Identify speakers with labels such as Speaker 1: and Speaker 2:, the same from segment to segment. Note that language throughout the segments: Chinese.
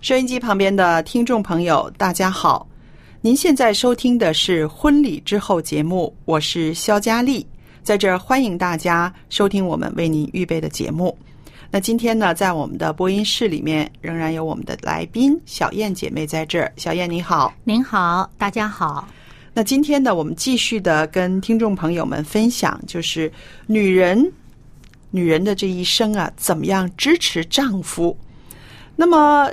Speaker 1: 收音机旁边的听众朋友，大家好！您现在收听的是《婚礼之后》节目，我是肖佳丽，在这儿欢迎大家收听我们为您预备的节目。那今天呢，在我们的播音室里面，仍然有我们的来宾小燕姐妹在这儿。小燕你好，
Speaker 2: 您好，大家好。
Speaker 1: 那今天呢，我们继续的跟听众朋友们分享，就是女人，女人的这一生啊，怎么样支持丈夫？那么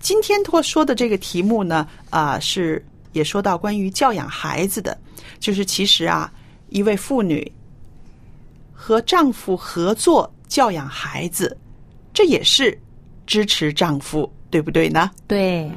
Speaker 1: 今天或说的这个题目呢，啊、是也说到关于教养孩子的，就是其实啊，一位妇女和丈夫合作教养孩子，这也是支持丈夫，对不对呢？
Speaker 2: 对，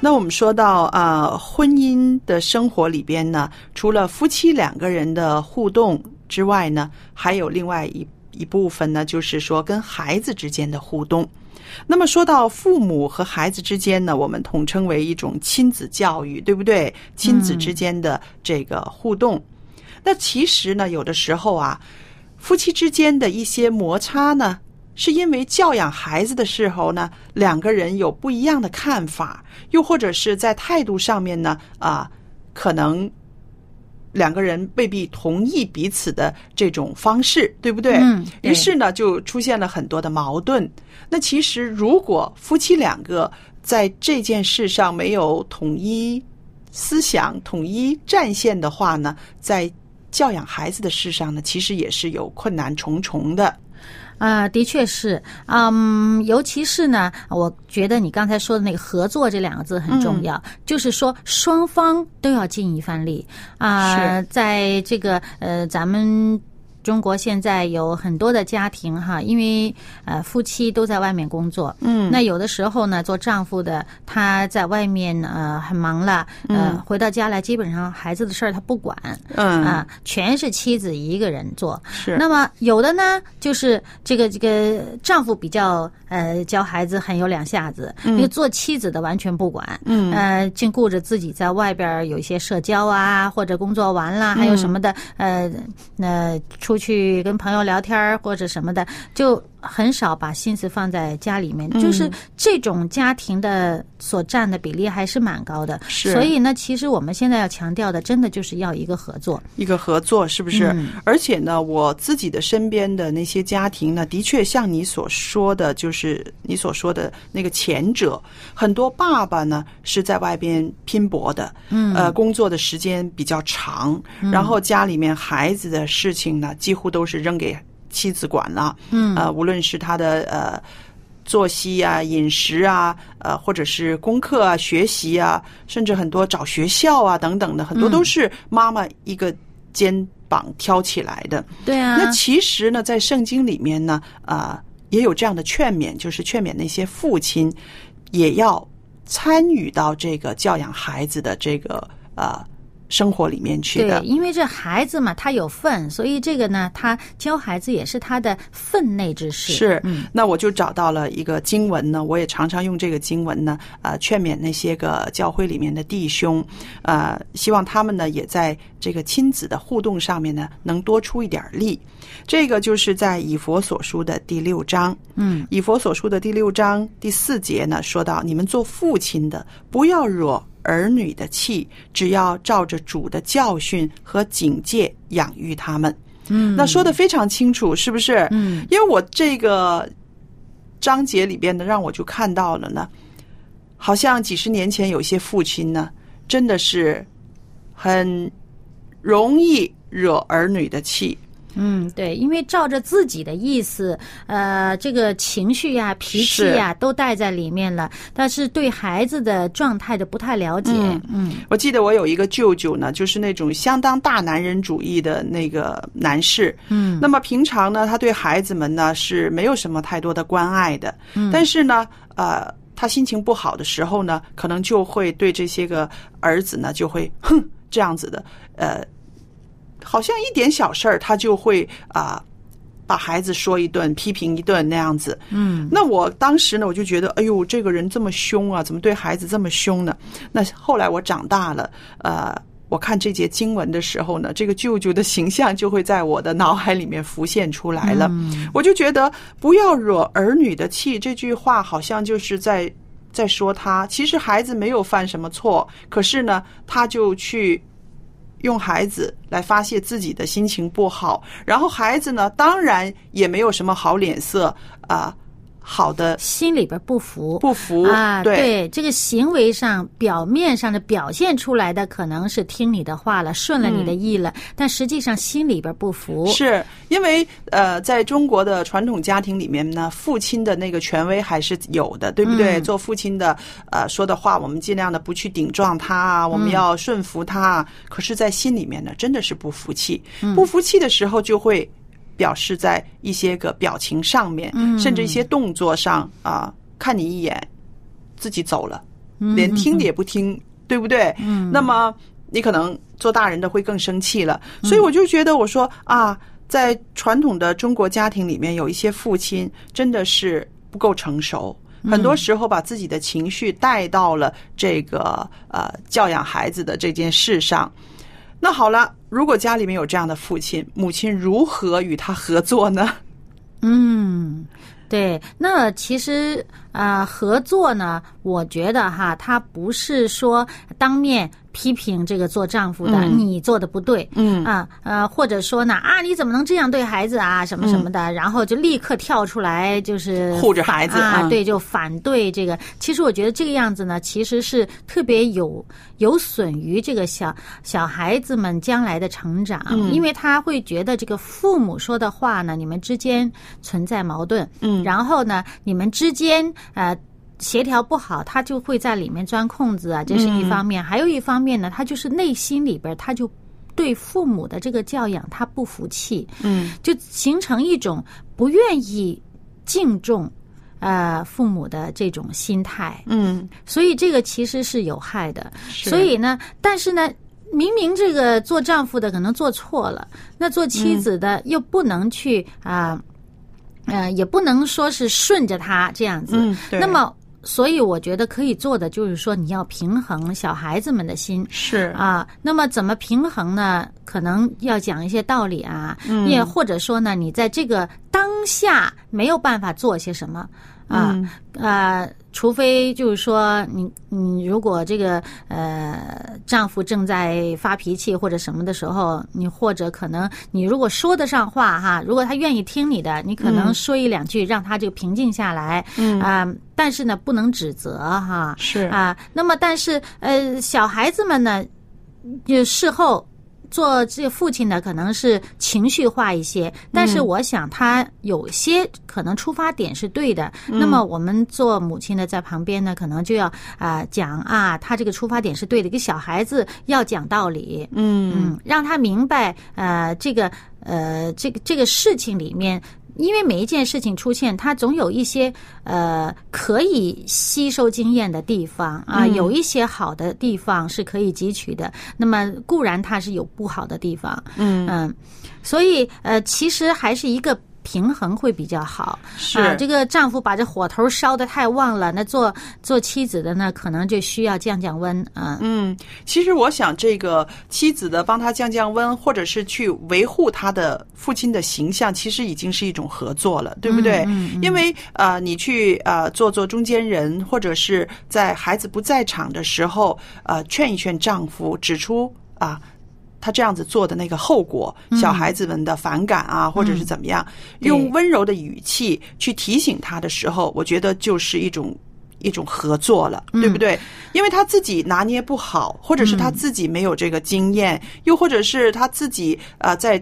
Speaker 1: 那我们说到啊、呃婚姻的生活里边呢，除了夫妻两个人的互动之外呢，还有另外一一部分呢，就是说跟孩子之间的互动。那么说到父母和孩子之间呢，我们统称为一种亲子教育，对不对？亲子之间的这个互动。那其实呢，有的时候啊，夫妻之间的一些摩擦呢，是因为教养孩子的时候呢，两个人有不一样的看法，又或者是在态度上面呢，啊，可能两个人未必同意彼此的这种方式，对不对？
Speaker 2: 嗯对
Speaker 1: 于是呢，就出现了很多的矛盾。那其实，如果夫妻两个在这件事上没有统一思想、统一战线的话呢，在教养孩子的事上呢，其实也是有困难重重的。
Speaker 2: 啊、的确是，嗯，尤其是呢，我觉得你刚才说的那个“合作”这两个字很重要，就是说双方都要尽一份力啊、
Speaker 1: 是
Speaker 2: 在这个呃，咱们。中国现在有很多的家庭哈，因为呃夫妻都在外面工作，嗯，那有的时候呢，做丈夫的他在外面呃很忙了，呃、回到家来基本上孩子的事儿他不管，
Speaker 1: 嗯
Speaker 2: 啊、全是妻子一个人做，
Speaker 1: 是
Speaker 2: 那么有的呢，就是这个这个丈夫比较呃教孩子很有两下子，
Speaker 1: 嗯
Speaker 2: 那个做妻子的完全不管，嗯，呃，净顾着自己在外边儿有一些社交啊，或者工作完了还有
Speaker 1: 嗯
Speaker 2: 什么的，呃，那、出去跟朋友聊天儿或者什么的，就很少把心思放在家里
Speaker 1: 嗯
Speaker 2: 面，就是这种家庭的所占的比例还是蛮高的，
Speaker 1: 是
Speaker 2: 所以呢，其实我们现在要强调的，真的就是要一个合作，
Speaker 1: 一个合作，是不是？
Speaker 2: 嗯
Speaker 1: 而且呢，我自己的身边的那些家庭呢，的确像你所说的，就是你所说的那个前者，很多爸爸呢是在外边拼搏的，嗯，呃，工作的时间比较长，然后家里面孩子的事情呢，几乎都是扔给妻子管了，嗯，呃，无论是他的呃。作息啊、饮食啊，呃，或者是功课啊、学习啊，甚至很多找学校啊等等的，很多都是妈妈一个肩膀挑起来的。
Speaker 2: 对啊
Speaker 1: 那其实呢，在圣经里面呢，啊、也有这样的劝勉，就是劝勉那些父亲也要参与到这个教养孩子的这个呃生活里面去
Speaker 2: 对
Speaker 1: 的，。
Speaker 2: 因为这孩子嘛，他有份，所以这个呢，他教孩子也是他的分内之事。
Speaker 1: 是
Speaker 2: 嗯，
Speaker 1: 那我就找到了一个经文呢，我也常常用这个经文呢，呃，劝勉那些个教会里面的弟兄，呃，希望他们呢也在这个亲子的互动上面呢，能多出一点儿力。这个就是在以佛所书的第六章，
Speaker 2: 嗯，
Speaker 1: 以佛所书的第六章第四节呢，说到你们做父亲的，不要惹儿女的气，只要照着主的教训和警戒养育他们。
Speaker 2: 嗯，
Speaker 1: 那说的非常清楚，是不是？
Speaker 2: 嗯，
Speaker 1: 因为我这个章节里边呢，让我就看到了呢，好像几十年前有些父亲呢，真的是很容易惹儿女的气。
Speaker 2: 嗯，对，因为照着自己的意思，呃，这个情绪呀、脾气呀、都带在里面了，但是对孩子的状态的不太了解。嗯，
Speaker 1: 我记得我有一个舅舅呢，就是那种相当大男人主义的那个男士。
Speaker 2: 嗯，
Speaker 1: 那么平常呢，他对孩子们呢是没有什么太多的关爱的。嗯，但是呢，呃，他心情不好的时候呢，可能就会对这些个儿子呢就会哼这样子的，呃，好像一点小事儿他就会啊。把孩子说一顿，批评一顿那样子。嗯，那我当时呢，我就觉得，哎呦，这个人这么凶啊，怎么对孩子这么凶呢？那后来我长大了，呃，我看这节经文的时候呢，这个舅舅的形象就会在我的脑海里面浮现出来了。
Speaker 2: 嗯
Speaker 1: 我就觉得“不要惹儿女的气”这句话，好像就是在在说他。其实孩子没有犯什么错，可是呢，他就去。用孩子来发泄自己的心情不好，然后孩子呢，当然也没有什么好脸色啊、好的
Speaker 2: 心里边不服。
Speaker 1: 不服
Speaker 2: 啊，
Speaker 1: 对
Speaker 2: 这个行为上、表面上的表现出来的，可能是听你的话了，顺了你的意了，但实际上心里边不服。
Speaker 1: 嗯是因为呃，在中国的传统家庭里面呢，父亲的那个权威还是有的，对不对？做父亲的呃说的话，我们尽量的不去顶撞他啊，我们要顺服他啊。可是，在心里面呢，真的是不服气，不服气的时候就会表示在一些个表情上面，甚至一些动作上啊、看你一眼，自己走了，
Speaker 2: 嗯
Speaker 1: 连听也不听，对不对？嗯，那么你可能做大人的会更生气了，
Speaker 2: 嗯
Speaker 1: 所以我就觉得，我说啊，在传统的中国家庭里面，有一些父亲真的是不够成熟。
Speaker 2: 嗯
Speaker 1: 很多时候把自己的情绪带到了这个呃教养孩子的这件事上，那好了，如果家里面有这样的父亲，母亲如何与他合作呢？
Speaker 2: 嗯，对，那其实啊、呃合作呢，我觉得哈，他不是说当面批评这个做丈夫的、你做的不对，嗯啊呃，或者说呢啊你怎么能这样对孩子啊什么什么
Speaker 1: 嗯
Speaker 2: 的，然后就立刻跳出来就是
Speaker 1: 护着
Speaker 2: 反
Speaker 1: 孩子
Speaker 2: 啊，
Speaker 1: 嗯
Speaker 2: 对，就反对这个。其实我觉得这个样子呢，其实是特别有有损于这个小小孩子们将来的成长，因为他会觉得这个父母说的话呢，你们之间存在矛盾，嗯，然后呢，你们之间呃。协调不好，他就会在里面钻空子啊，这是一方面；还有一方面呢，他就是内心里边儿他就对父母的这个教养他不服气，
Speaker 1: 嗯，
Speaker 2: 就形成一种不愿意敬重呃父母的这种心态，
Speaker 1: 嗯，
Speaker 2: 所以这个其实是有害的。
Speaker 1: 是
Speaker 2: 所以呢，但是呢，明明这个做丈夫的可能做错了，那做妻子
Speaker 1: 嗯
Speaker 2: 的又不能去啊、呃，也不能说是顺着他这样子。
Speaker 1: 嗯对
Speaker 2: 那么，所以我觉得可以做的就是说，你要平衡小孩子们的心，
Speaker 1: 是
Speaker 2: 啊，那么怎么平衡呢？可能要讲一些道理啊，也或者说呢，你在这个当下没有办法做些什么啊、
Speaker 1: 嗯
Speaker 2: 呃，除非就是说你你如果这个呃丈夫正在发脾气或者什么的时候，你或者可能你如果说得上话哈，如果他愿意听你的，你可能说一两句让他这个平静下来，嗯啊、但是呢不能指责哈，
Speaker 1: 是
Speaker 2: 啊，那么但是呃，小孩子们呢，就事后做这个父亲的可能是情绪化一些，但是我想他有些可能出发点是对的。那么我们做母亲的在旁边呢，可能就要啊、讲啊，他这个出发点是对的，给小孩子要讲道理，嗯让他明白呃这个呃这个这个事情里面。因为每一件事情出现，它总有一些呃可以吸收经验的地方啊，有一些好的地方是可以汲取的。那么固然它是有不好的地方，嗯所以呃，其实还是一个。平衡会比较好，
Speaker 1: 是
Speaker 2: 啊，这个丈夫把这火头烧得太旺了，那做做妻子的呢，可能就需要降降温啊。嗯，
Speaker 1: 其实我想，这个妻子的帮他降降温，或者是去维护他的父亲的形象，其实已经是一种合作了，对不对？因为呃，你去呃做做中间人，或者是在孩子不在场的时候，呃，劝一劝丈夫，指出啊。他这样子做的那个后果，小孩子们的反感啊，或者是怎么样，
Speaker 2: 对
Speaker 1: 用温柔的语气去提醒他的时候，我觉得就是一种一种合作了，对不对？因为他自己拿捏不好，或者是他自己没有这个经验，又或者是他自己呃在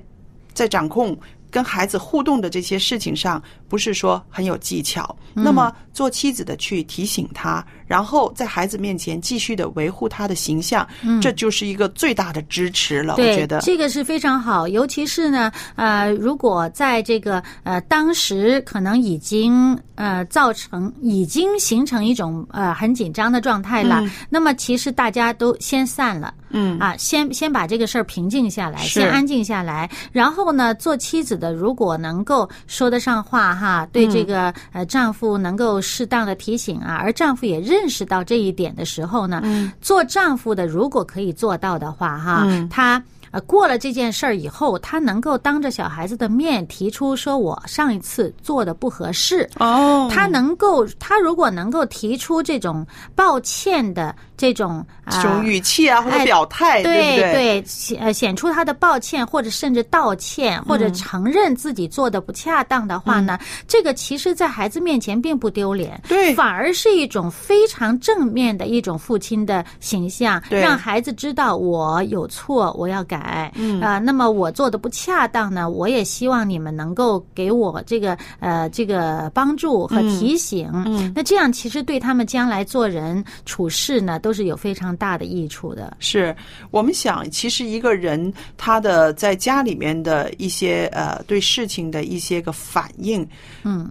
Speaker 1: 在掌控。跟孩子互动的这些事情上，不是说很有技巧。那么，做妻子的去提醒他，然后在孩子面前继续的维护他的形象，这就是一个最大的支持了。我
Speaker 2: 对，
Speaker 1: 觉得，
Speaker 2: 这个是非常好，尤其是呢，呃，如果在这个呃当时可能已经呃造成已经形成一种呃很紧张的状态
Speaker 1: 嗯
Speaker 2: 了，那么其实大家都先散了，嗯啊，先先把这个事儿平静下来，
Speaker 1: 是
Speaker 2: 先安静下来，然后呢，做妻子的如果能够说得上话哈，对这
Speaker 1: 嗯
Speaker 2: 个、呃丈夫能够适当的提醒啊，而丈夫也认识到这一点的时候呢，
Speaker 1: 嗯
Speaker 2: 做丈夫的如果可以做到的话哈，他。呃，过了这件事儿以后，他能够当着小孩子的面提出说：“我上一次做的不合适。”
Speaker 1: 哦
Speaker 2: 他能够，他如果能够提出这种抱歉的这种
Speaker 1: 这
Speaker 2: 啊。
Speaker 1: 种语气啊，或者表态，
Speaker 2: 对
Speaker 1: 不对？
Speaker 2: 显呃显出他的抱歉，或者甚至道歉，或
Speaker 1: 嗯
Speaker 2: 者承认自己做的不恰当的话呢，这个其实，在孩子面前并不丢脸，
Speaker 1: 对
Speaker 2: 反而是一种非常正面的一种父亲的形象，
Speaker 1: 对
Speaker 2: 让孩子知道我有错，我要改，嗯啊、那么我做的不恰当呢，我也希望你们能够给我这个呃这个帮助和提醒，嗯，那这样其实对他们将来做人处事呢，都是有非常大的益处的。
Speaker 1: 是我们想，其实一个人他的在家里面的一些呃对事情的一些个反应，
Speaker 2: 嗯，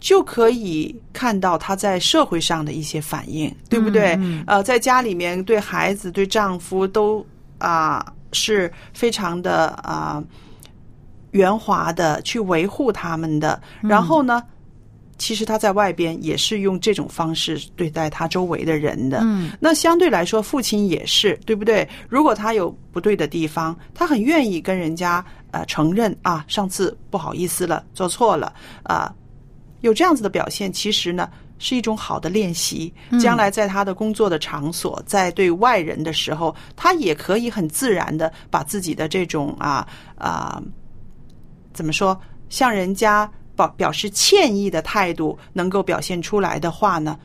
Speaker 1: 就可以看到他在社会上的一些反应，对不对？呃，在家里面对孩子、对丈夫都啊、是非常的啊、圆滑的去维护他们的，然后呢？其实他在外边也是用这种方式对待他周围的人的。
Speaker 2: 嗯，
Speaker 1: 那相对来说，父亲也是，对不对？如果他有不对的地方，他很愿意跟人家呃承认啊，上次不好意思了，做错了啊、有这样子的表现，其实呢是一种好的练习。将来在他的工作的场所，在对外人的时候，他也可以很自然的把自己的这种啊啊、怎么说，向人家表表示歉意的态度能够表现出来的话呢，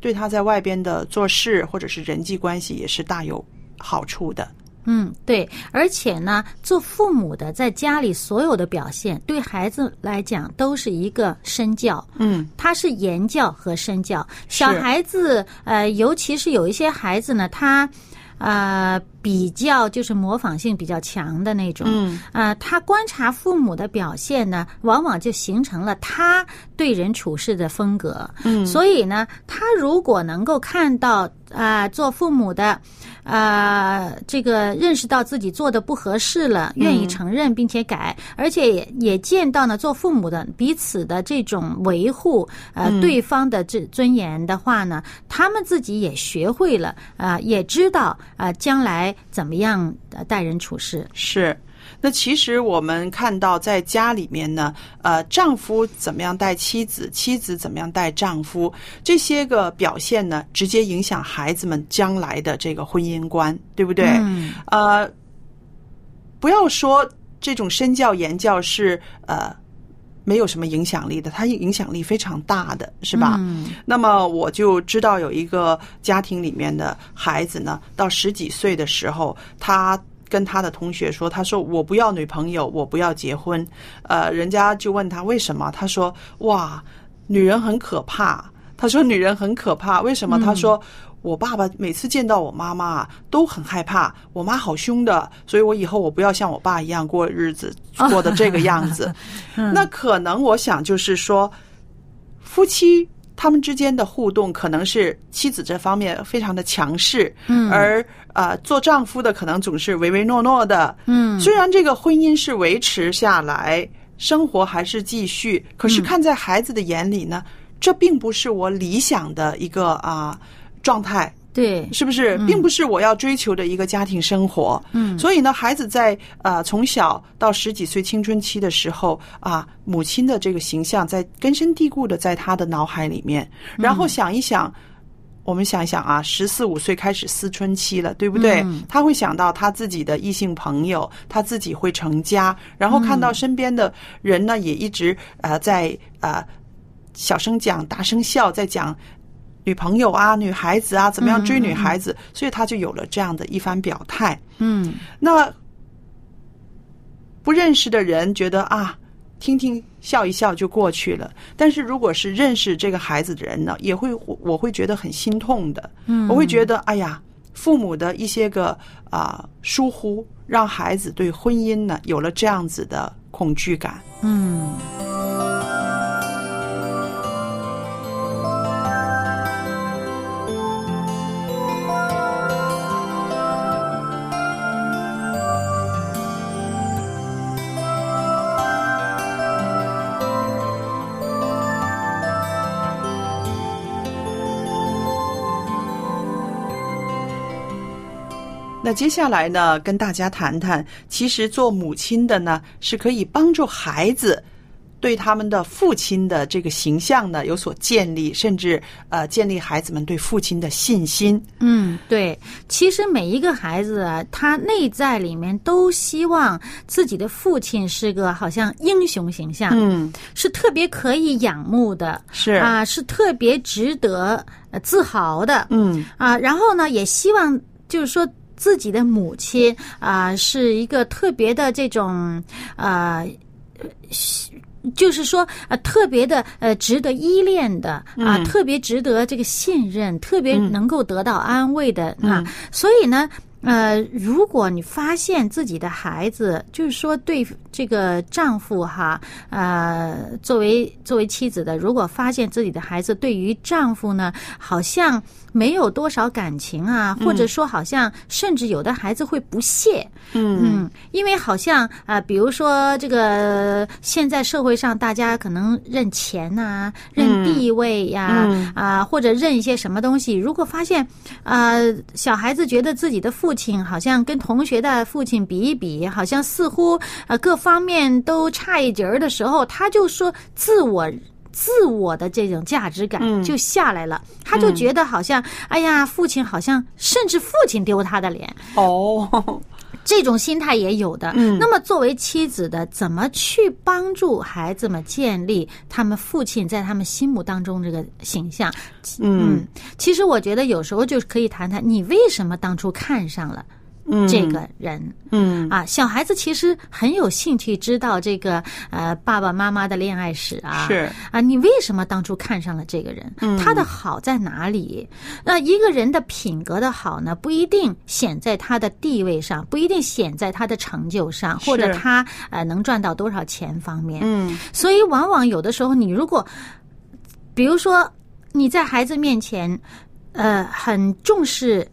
Speaker 1: 对他在外边的做事或者是人际关系也是大有好处的。
Speaker 2: 嗯，对，而且呢，做父母的在家里所有的表现，对孩子来讲都是一个身教。
Speaker 1: 嗯，
Speaker 2: 它是言教和身教。
Speaker 1: 是
Speaker 2: 小孩子，呃，尤其是有一些孩子呢，他。呃，比较就是模仿性比较强的那种，嗯，呃，他观察父母的表现呢，往往就形成了他对人处事的风格，嗯，所以呢，他如果能够看到啊、做父母的，呃，这个认识到自己做的不合适了，
Speaker 1: 嗯
Speaker 2: 愿意承认并且改，而且也也见到呢，做父母的彼此的这种维护，呃，
Speaker 1: 嗯
Speaker 2: 对方的这尊严的话呢，他们自己也学会了，啊，也知道啊，将来怎么样呃待人处事。
Speaker 1: 是。那其实我们看到，在家里面呢，呃，丈夫怎么样带妻子，妻子怎么样带丈夫，这些个表现呢，直接影响孩子们将来的这个婚姻观，对不对？
Speaker 2: 嗯
Speaker 1: 呃，不要说这种身教言教是呃没有什么影响力的，它影响力非常大的，是吧？
Speaker 2: 嗯
Speaker 1: 那么我就知道有一个家庭里面的孩子呢，到十几岁的时候，他。跟他的同学说，他说我不要女朋友，我不要结婚。呃，人家就问他为什么，他说哇，女人很可怕，他说女人很可怕，为什么？他说我爸爸每次见到我妈妈都很害怕，我妈好凶的，所以我以后我不要像我爸一样过日子，过的这个样子。那可能我想就是说，夫妻他们之间的互动，可能是妻子这方面非常的强势，
Speaker 2: 嗯
Speaker 1: 而啊、呃做丈夫的可能总是唯唯诺诺的，
Speaker 2: 嗯
Speaker 1: 虽然这个婚姻是维持下来，生活还是继续，可
Speaker 2: 嗯
Speaker 1: 是看在孩子的眼里呢，这并不是我理想的一个啊、状态，
Speaker 2: 对，
Speaker 1: 是不是？并不是我要追求的一个家庭生活。
Speaker 2: 嗯
Speaker 1: 所以呢，孩子在啊从小到十几岁青春期的时候啊，母亲的这个形象在根深蒂固的在他的脑海里面，
Speaker 2: 嗯
Speaker 1: 然后想一想。我们想一想啊，十四五岁开始思春期了，对不对？
Speaker 2: 嗯
Speaker 1: 他会想到他自己的异性朋友，他自己会成家，然后看到
Speaker 2: 嗯
Speaker 1: 身边的人呢，也一直呃在呃小声讲、大声笑，在讲女朋友啊、女孩子啊，怎么样追女孩子，所以他就有了这样的一番表态。
Speaker 2: 嗯
Speaker 1: 那不认识的人觉得啊，听听笑一笑就过去了。但是如果是认识这个孩子的人呢，也会我我会觉得很心痛的。
Speaker 2: 嗯
Speaker 1: 我会觉得哎呀，父母的一些个啊、疏忽，让孩子对婚姻呢有了这样子的恐惧感。
Speaker 2: 嗯
Speaker 1: 那接下来呢，跟大家谈谈，其实做母亲的呢，是可以帮助孩子对他们的父亲的这个形象呢有所建立，甚至呃建立孩子们对父亲的信心。
Speaker 2: 嗯，对。其实每一个孩子啊，他内在里面都希望自己的父亲是个好像英雄形象，
Speaker 1: 嗯，
Speaker 2: 是特别可以仰慕的，
Speaker 1: 是
Speaker 2: 啊，是特别值得呃自豪的。
Speaker 1: 嗯
Speaker 2: 啊，然后呢，也希望就是说自己的母亲啊、是一个特别的这种啊。呃就是说，呃，特别的，呃，值得依恋的啊，特别值得这个信任，特别能够得到安慰的、啊。所以呢，呃，如果你发现自己的孩子，就是说对这个丈夫哈，呃，作为作为妻子的，如果发现自己的孩子对于丈夫呢，好像没有多少感情啊，或者说好像甚至有的孩子会不屑，
Speaker 1: 嗯
Speaker 2: 嗯，因为好像啊、呃比如说这个现在社会上大家可能认钱呐、认地位呀、啊，
Speaker 1: 嗯
Speaker 2: 或者认一些什么东西。如果发现呃小孩子觉得自己的父亲好像跟同学的父亲比一比，好像似乎呃各方面都差一截儿的时候，他就说自我。自我的这种价值
Speaker 1: 嗯
Speaker 2: 感就下来了，他就觉得好像，哎呀，父亲好像，甚至父亲丢他的脸，
Speaker 1: 哦，
Speaker 2: 这种心态也有的。
Speaker 1: 嗯
Speaker 2: 那么作为妻子的，怎么去帮助孩子们建立他们父亲在他们心目当中这个形象？
Speaker 1: 嗯
Speaker 2: 其实我觉得有时候就是可以谈谈你为什么当初看上了
Speaker 1: 嗯
Speaker 2: 这个人。
Speaker 1: 嗯
Speaker 2: 啊，小孩子其实很有兴趣知道这个呃爸爸妈妈的恋爱史啊，
Speaker 1: 是嗯
Speaker 2: 啊，你为什么当初看上了这个人？他的好在哪里？那一个人的品格的好呢，不一定显在他的地位上，不一定显在他的成就上，或者
Speaker 1: 是
Speaker 2: 他呃能赚到多少钱方面。
Speaker 1: 嗯
Speaker 2: 所以，往往有的时候，你如果，比如说你在孩子面前，呃，很重视。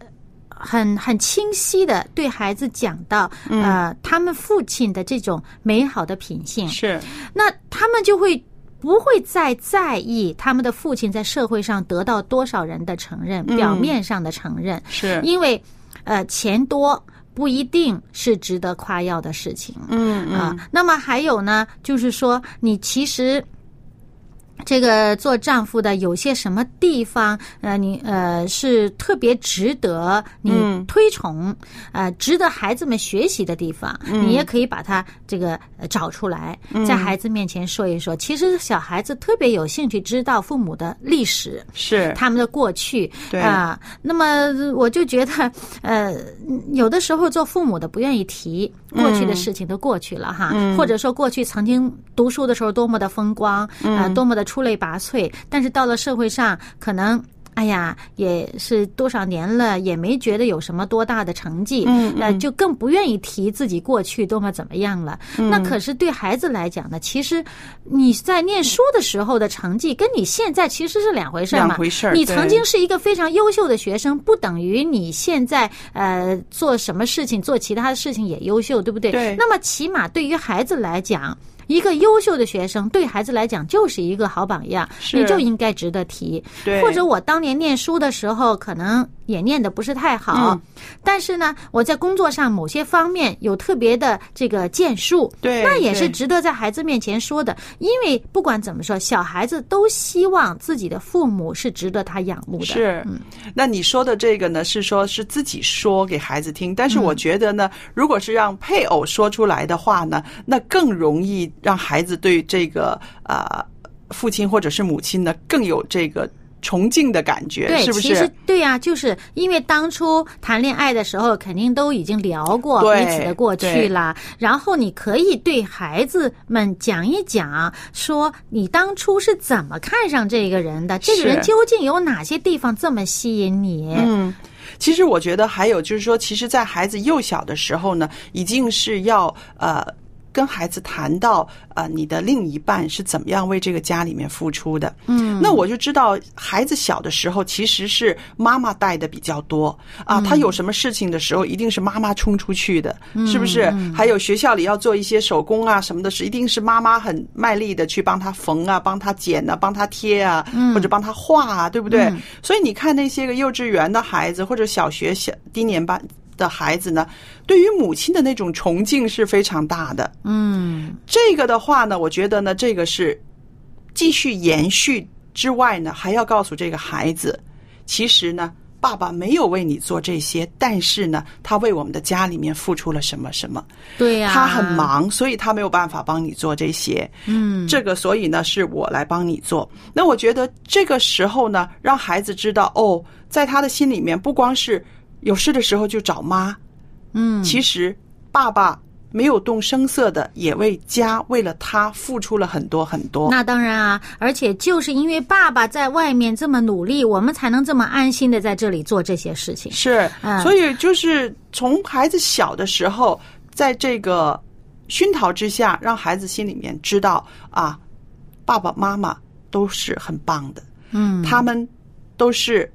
Speaker 2: 很很清晰的对孩子讲到，呃，他们父亲的这种美好的品性，
Speaker 1: 嗯是
Speaker 2: 那他们就会不会再在意他们的父亲在社会上得到多少人的承认，表面上的承认，
Speaker 1: 是
Speaker 2: 因为呃钱多不一定是值得夸耀的事情。
Speaker 1: 嗯
Speaker 2: 啊。那么还有呢，就是说你其实。这个做丈夫的有些什么地方，呃，你呃是特别值得你
Speaker 1: 嗯
Speaker 2: 推崇，呃，值得孩子们学习的地方，
Speaker 1: 嗯
Speaker 2: 你也可以把它这个呃找出来，在孩子面前说一说。其实小孩子特别有兴趣知道父母的历史，
Speaker 1: 是
Speaker 2: 他们的过去
Speaker 1: 对
Speaker 2: 啊、那么我就觉得，呃，有的时候做父母的不愿意提
Speaker 1: 嗯
Speaker 2: 过去
Speaker 1: 嗯
Speaker 2: 的事情都过去了哈，或者说过去曾经读书的时候多么的风光啊、呃多么的出类拔萃，但是到了社会上，可能。哎呀，也是多少年了，也没觉得有什么多大的成绩，
Speaker 1: 嗯
Speaker 2: 那就更不愿意提自己过去多么怎么样了。
Speaker 1: 嗯
Speaker 2: 那可是对孩子来讲呢，其实你在念书的时候的成绩，跟你现在其实是两回事儿嘛。
Speaker 1: 两回事儿
Speaker 2: 你
Speaker 1: 对
Speaker 2: 曾经是一个非常优秀的学生，不等于你现在呃做什么事情、做其他的事情也优秀，对不对？
Speaker 1: 对
Speaker 2: 那么起码对于孩子来讲。一个优秀的学生对孩子来讲就是一个好榜样，
Speaker 1: 是
Speaker 2: 你就应该值得提。
Speaker 1: 对，
Speaker 2: 或者我当年念书的时候，可能也念的不是太好，
Speaker 1: 嗯
Speaker 2: 但是呢，我在工作上某些方面有特别的这个建树，
Speaker 1: 对
Speaker 2: 那也是
Speaker 1: 对
Speaker 2: 值得在孩子面前说的。因为不管怎么说，小孩子都希望自己的父母是值得他仰慕的。嗯
Speaker 1: 是，那你说的这个呢，是说是自己说给孩子听，但是我觉得
Speaker 2: 嗯
Speaker 1: 呢，如果是让配偶说出来的话呢，那更容易让孩子对这个呃父亲或者是母亲呢更有这个崇敬的感觉，
Speaker 2: 对，
Speaker 1: 是不
Speaker 2: 其实
Speaker 1: 是？
Speaker 2: 对呀、就是因为当初谈恋爱的时候，肯定都已经聊过
Speaker 1: 对
Speaker 2: 彼此的过去啦。然后你可以对孩子们讲一讲，说你当初是怎么看上这个人的，这个人
Speaker 1: 是
Speaker 2: 究竟有哪些地方这么吸引你？
Speaker 1: 嗯，其实我觉得还有就是说，其实，在孩子幼小的时候呢，已经是要呃。跟孩子谈到，呃，你的另一半是怎么样为这个家里面付出的？嗯，那我就知道，孩子小的时候其实是妈妈带的比较多啊，他有什么事情的时候，一定是妈妈冲出去的，是不是？还有学校里要做一些手工啊什么的，是一定是妈妈很卖力的去帮他缝啊、帮他剪啊、帮他贴啊，或者帮他画啊，对不对？所以你看那些个幼稚园的孩子或者小学小低年班的孩子呢，对于母亲的那种崇敬是非常大的。
Speaker 2: 嗯，
Speaker 1: 这个的话呢，我觉得呢，这个是继续延续之外呢，还要告诉这个孩子，其实呢，爸爸没有为你做这些，但是呢，他为我们的家里面付出了什么什么，
Speaker 2: 对呀、
Speaker 1: 他很。忙，所以他没有办法帮你做这些。
Speaker 2: 嗯，
Speaker 1: 这个，所以呢，是我来帮你做。那我觉得这个时候呢，让孩子知道哦，在他的心里面，不光是有事的时候就找妈，
Speaker 2: 嗯，
Speaker 1: 其实爸爸没有动声色的，也为家为了他付出了很多很多。
Speaker 2: 那当然啊，而且就是因为爸爸在外面这么努力，我们才能这么安心的在这里做这些事情。
Speaker 1: 是
Speaker 2: 嗯，
Speaker 1: 所以就是从孩子小的时候，在这个熏陶之下，让孩子心里面知道啊，爸爸妈妈都是很棒的，
Speaker 2: 嗯，
Speaker 1: 他们都是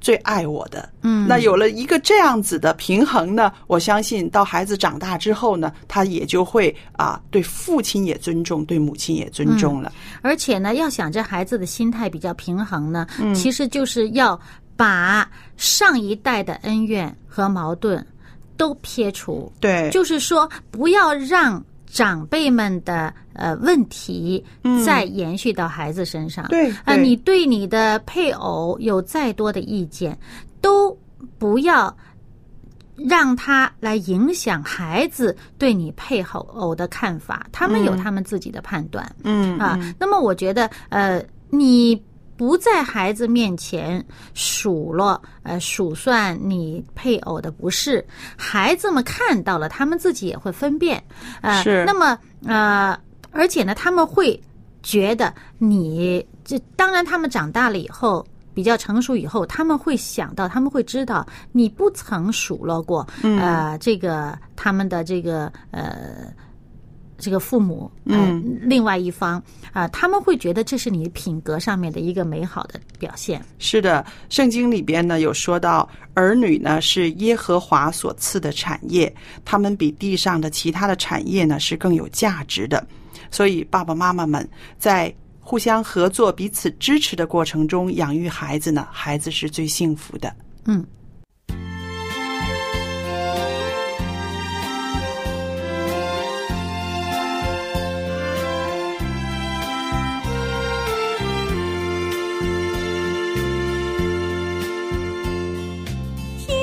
Speaker 1: 最爱我的。
Speaker 2: 嗯，
Speaker 1: 那有了一个这样子的平衡呢，我相信到孩子长大之后呢，他也就会啊，对父亲也尊重，对母亲也尊重了。
Speaker 2: 而且呢，要想这孩子的心态比较平衡呢，
Speaker 1: 嗯
Speaker 2: 其实就是要把上一代的恩怨和矛盾都撇除，
Speaker 1: 对，
Speaker 2: 就是说不要让长辈们的呃问题再延续到孩子身上。
Speaker 1: 嗯对
Speaker 2: 啊，
Speaker 1: 对
Speaker 2: 你对你的配偶有再多的意见，都不要。让他来影响孩子对你配偶的看法，他们有他们自己的判断。
Speaker 1: 嗯
Speaker 2: 啊。那么我觉得，呃，你不在孩子面前数落、呃数算你配偶的不是，孩子们看到了，他们自己也会分辨。呃，
Speaker 1: 是
Speaker 2: 那么呃，而且呢，他们会觉得你这，当然他们长大了以后。比较成熟以后，他们会想到，他们会知道你不曾数落过，呃，这个他们的这个呃这个父母，嗯，另外一方啊、他们会觉得这是你品格上面的一个美好的表现。
Speaker 1: 是的，圣经里边呢有说到，儿女呢是耶和华所赐的产业，他们比地上的其他的产业呢是更有价值的。所以，爸爸妈妈们在互相合作、彼此支持的过程中养育孩子呢，孩子是最幸福的。
Speaker 2: 嗯，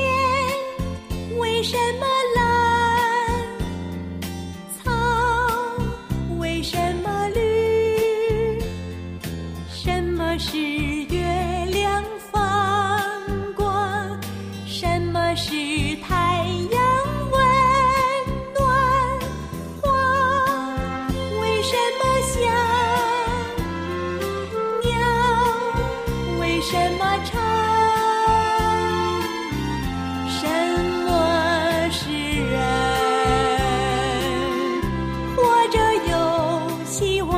Speaker 3: 天为什么蓝？草为什么绿？什么是月亮放光？什么是太阳温暖？花为什么香？什么长？什么是人？活着有希望。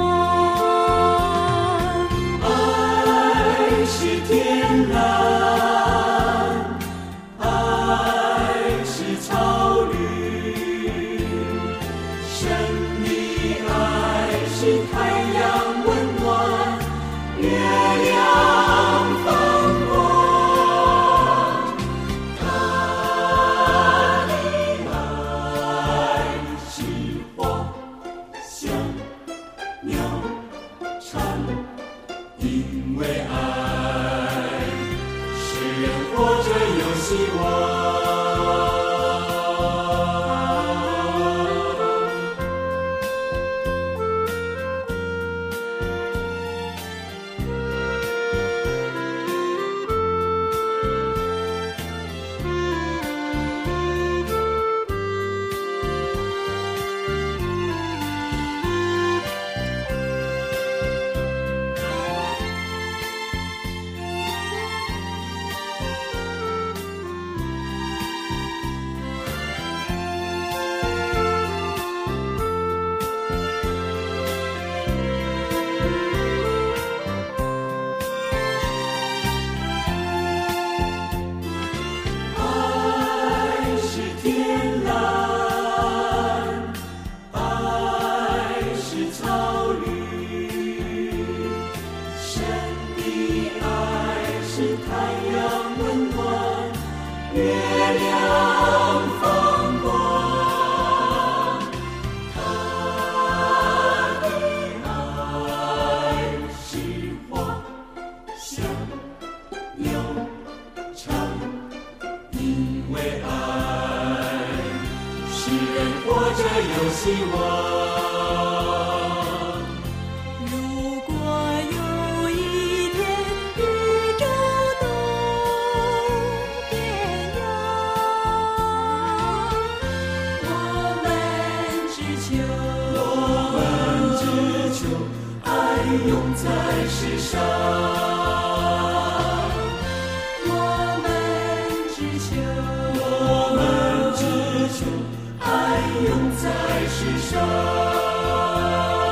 Speaker 4: 爱是天蓝，爱是草绿，神秘爱是太阳温暖，月亮放光。他的爱是花香鸟蝉。因为爱，使人活着有希望。爱是天蓝，爱是草绿，神的爱是太阳温暖，月亮放光。他的爱是花香鸟蝉。因为爱，使人活着有希望。
Speaker 3: 如果有一天宇宙都变样，我们只求，
Speaker 4: 我们只求爱永在世上，
Speaker 3: 我们只求，
Speaker 4: 我们只求爱永在世上。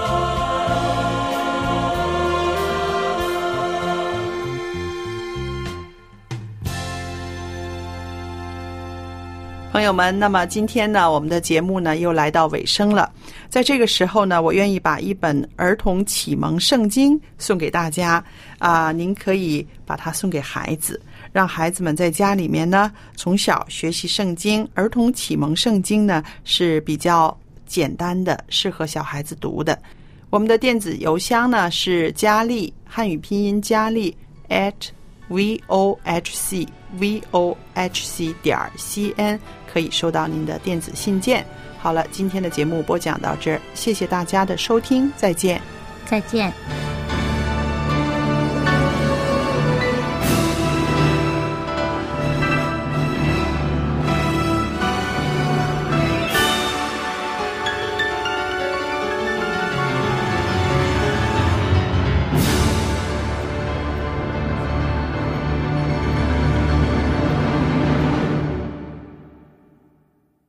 Speaker 1: 朋友们，那么今天呢，我们的节目呢又来到尾声了。在这个时候呢，我愿意把一本儿童启蒙圣经送给大家啊、您可以把它送给孩子，让孩子们在家里面呢从小学习圣经。儿童启蒙圣经呢是比较简单的，适合小孩子读的。我们的电子邮箱呢是佳丽汉语拼音佳丽 at v o h c v o h c 点 c n，可以收到您的电子信件。好了，今天的节目播讲到这儿，谢谢大家的收听，再见。
Speaker 2: 再见。